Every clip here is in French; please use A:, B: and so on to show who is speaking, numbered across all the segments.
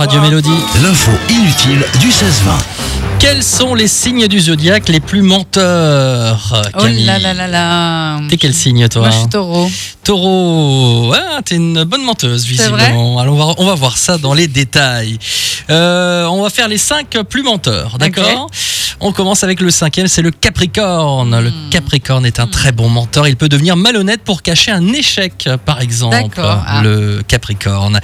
A: Radio Mélodie.
B: L'info inutile du 16-20.
A: Quels sont les signes du zodiaque les plus menteurs
C: Oh
A: Camille
C: là là là là.
A: T'es quel signe toi
C: Moi, je suis taureau.
A: Taureau. Ah, t'es une bonne menteuse visiblement. Alors on va, on va voir ça dans les détails. Euh, on va faire les cinq plus menteurs, d'accord On commence avec le cinquième, c'est le Capricorne. Le
C: Hmm.
A: Capricorne est un très bon menteur. Il peut devenir malhonnête pour cacher un échec, par exemple.
C: D'accord. Ah.
A: Le Capricorne.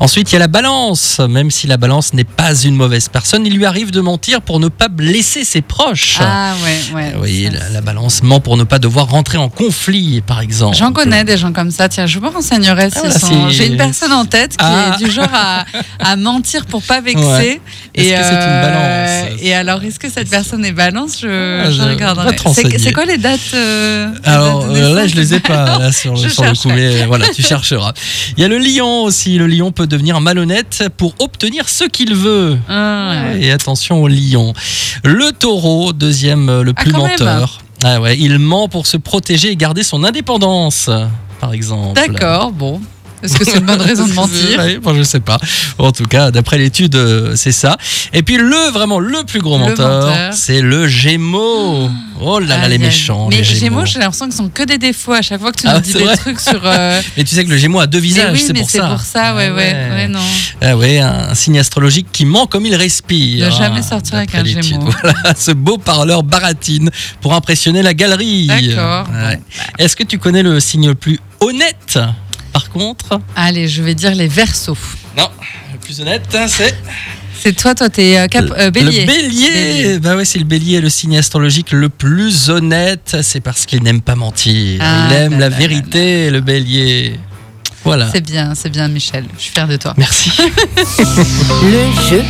A: Ensuite, il y a la Balance. Même si la Balance n'est pas une mauvaise personne, il lui arrive de mentir pour ne pas blesser ses proches.
C: Ah ouais, ouais.
A: Eh Oui,
C: Ça,
A: la, la balance ment pour ne pas devoir rentrer en conflit, par exemple.
C: J'en connais des gens comme ça. Tiens, je me renseignerai. s'ils
A: Ah,
C: sont-
A: c'est-
C: J'ai une personne en tête qui
A: Ah.
C: est du genre à, à mentir pour pas vexer.
A: Ouais. Est-ce
C: Et, euh,
A: que c'est une balance
C: Et alors, est-ce que cette personne est balance Je,
A: Ah,
C: je
A: je- va
C: regarderai.
A: te
C: C'est
A: renseigner.
C: c'est quoi les dates euh, les
A: Alors
C: dates de
A: euh, là,
C: naissance
A: je les ai pas là, sur, le-
C: je
A: sur le coup,
C: chercherai.
A: mais euh, voilà, tu chercheras. Il y a le lion aussi. Le lion peut devenir malhonnête pour obtenir ce qu'il veut.
C: Ah, ouais.
A: Et attention au lion. Le taureau, deuxième euh, le
C: Ah,
A: plus
C: quand même.
A: menteur. Ah ouais, il ment pour se protéger et garder son indépendance, par exemple.
C: D'accord, bon. Est-ce que c'est une bonne raison de mentir
A: Ouais, bon, je sais pas. En tout cas, d'après l'étude, euh, c'est ça. Et puis le vraiment le plus gros
C: Le
A: menteur,
C: menteur.
A: c'est le Gémeaux. Oh là là,
C: Aïe,
A: les
C: aïe.
A: méchants.
C: Mais
A: les Gémeaux.
C: Gémeaux, j'ai l'impression que ce sont que des défauts à chaque fois que tu
A: Ah,
C: nous dis
A: c'est
C: des
A: vrai.
C: trucs sur. euh,
A: Mais tu sais que le Gémeaux a deux visages,
C: mais oui,
A: c'est
C: mais
A: pour
C: c'est
A: ça.
C: pour ça, ouais,
A: Ah
C: ouais, ouais, non.
A: Ah ouais, un signe astrologique qui ment comme il respire.
C: Ne
A: hein,
C: jamais sortir avec
A: d'après
C: un
A: l'étude.
C: Gémeaux.
A: Voilà, ce beau parleur baratine pour impressionner la galerie.
C: D'accord.
A: Ouais. Est-ce que tu connais le signe le plus honnête Par contre,
C: Allez, je vais dire les versos.
A: non, le plus honnête, hein, c'est
C: C'est toi, toi, t'es euh, cap- euh, bélier.
A: Le bélier.
C: Bélier.
A: Bah ouais, c'est le bélier est le signe astrologique le plus honnête. C'est parce qu'il n'aime pas mentir.
C: Ah,
A: il aime
C: là,
A: la
C: là, là,
A: vérité, le bélier. Voilà.
C: C'est bien, c'est bien, Michel. Je suis fier de toi.
A: Merci.
D: Le jeu